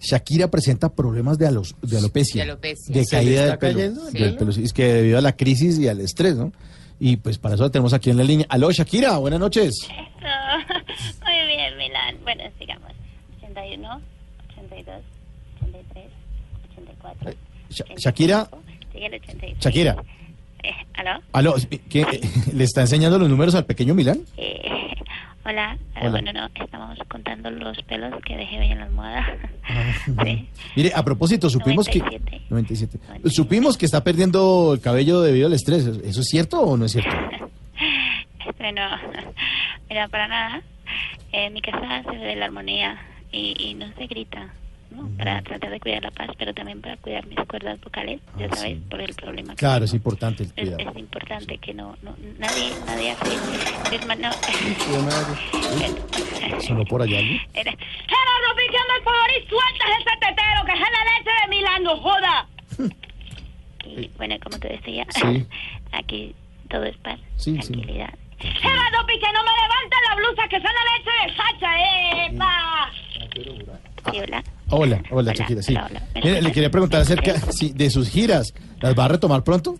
Shakira presenta problemas de, alos- de alopecia, De alopecia. de ¿Se caída le está del pelo, cayendo? Sí. del pelo, sí, Es que debido a la crisis y al estrés, ¿no? Y pues para eso la tenemos aquí en la línea. Aló, Shakira, buenas noches. Eso. Muy bien, Milán. Bueno, sigamos. 81, 82, 83, 84. Sha- Eh, Shakira, Sigue el 86. Shakira. Eh, ¿Aló? Aló, ¿qué, ¿le está enseñando los números al pequeño Milán? Eh, hola. Eh, Hola. Bueno, no, estamos contando los pelos que dejé hoy en la almohada. Ah, Ah. sí. Mire, a propósito, supimos que 97. 97. Supimos que está perdiendo el cabello debido al estrés. ¿Eso es cierto o no es cierto? Este, no. Mira, para nada. En mi casa se ve la armonía y, y no se grita. ¿no? Para tratar de cuidar la paz, pero también para cuidar mis cuerdas vocales, ya Ah, sí. sabes, por el problema. que Claro, es tengo. importante el es, cuidado. es importante que no, no nadie nadie hace hermano Sonó por allá. algo. Gerardo, pídeme el favor y sueltas ese tetero, que es la leche de Milán, no joda. y bueno como te decía Sí. aquí todo es paz Sí, Ah. sí. tranquilidad Gerardo, pi, que no me levantes la blusa, que es la leche de Sacha, epa. Sí, hola Hola, hola, Hola, Shakira. Sí. hola, hola. Mire, le quería preguntar acerca sí, de sus giras. ¿Las va a retomar pronto?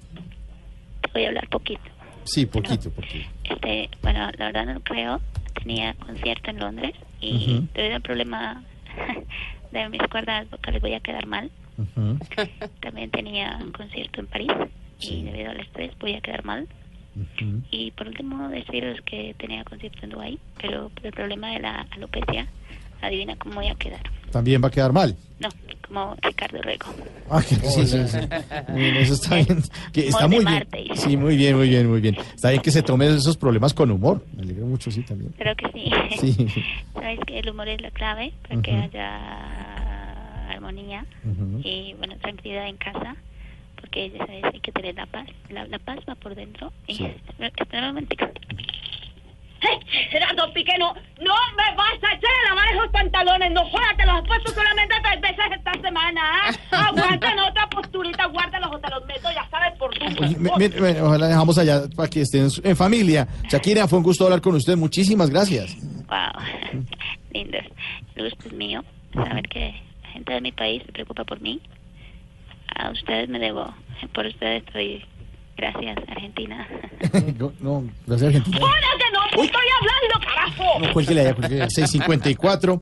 te voy a hablar poquito Sí, poquito, poquito. este bueno la verdad no lo creo tenía concierto en Londres y Ujú. debido al problema de mis cuerdas vocales voy a quedar mal Ujú, también tenía un concierto en París Sí. y debido al estrés voy a quedar mal ujú. Y por último, deciros que tenía concierto en Dubái, pero por el problema de la alopecia, adivina cómo voy a quedar. También va a quedar mal. No, como Ricardo Rego. Ah, que- sí, sí, sí. Bien, eso está bien. Que está Monte muy bien. Marte. Sí, muy bien, muy bien, muy bien. Está bien que se tome esos problemas con humor. Me alegra mucho, sí, también. Creo que sí. Sí. Sabes que el humor es la clave para que Ujú. haya armonía Ujú. y, bueno, tranquilidad en casa. Porque ya sabes, hay que tener la paz. La, la paz va por dentro. Y Sí. espera un momentico. Eh, Gerardo, pi, que no, no me vas a echar a lavar esos pantalones, no joda, te los he puesto solamente tres veces esta semana. ¿eh? Aguanten otra posturita, aguárdalos o te los meto, ya sabes por dónde. Oye, me- me- me- ojalá dejamos allá para que estén en su- en familia. Shakira, fue un gusto hablar con usted. Muchísimas gracias. Wow, lindos. El gusto es mío saber que la gente de mi país se preocupa por mí. A ustedes me debo, por ustedes estoy. Gracias, Argentina. no, gracias, Argentina. ¡Joda que no, te estoy hablando, carajo! No, cuélguele allá, cuélguele allá. 654.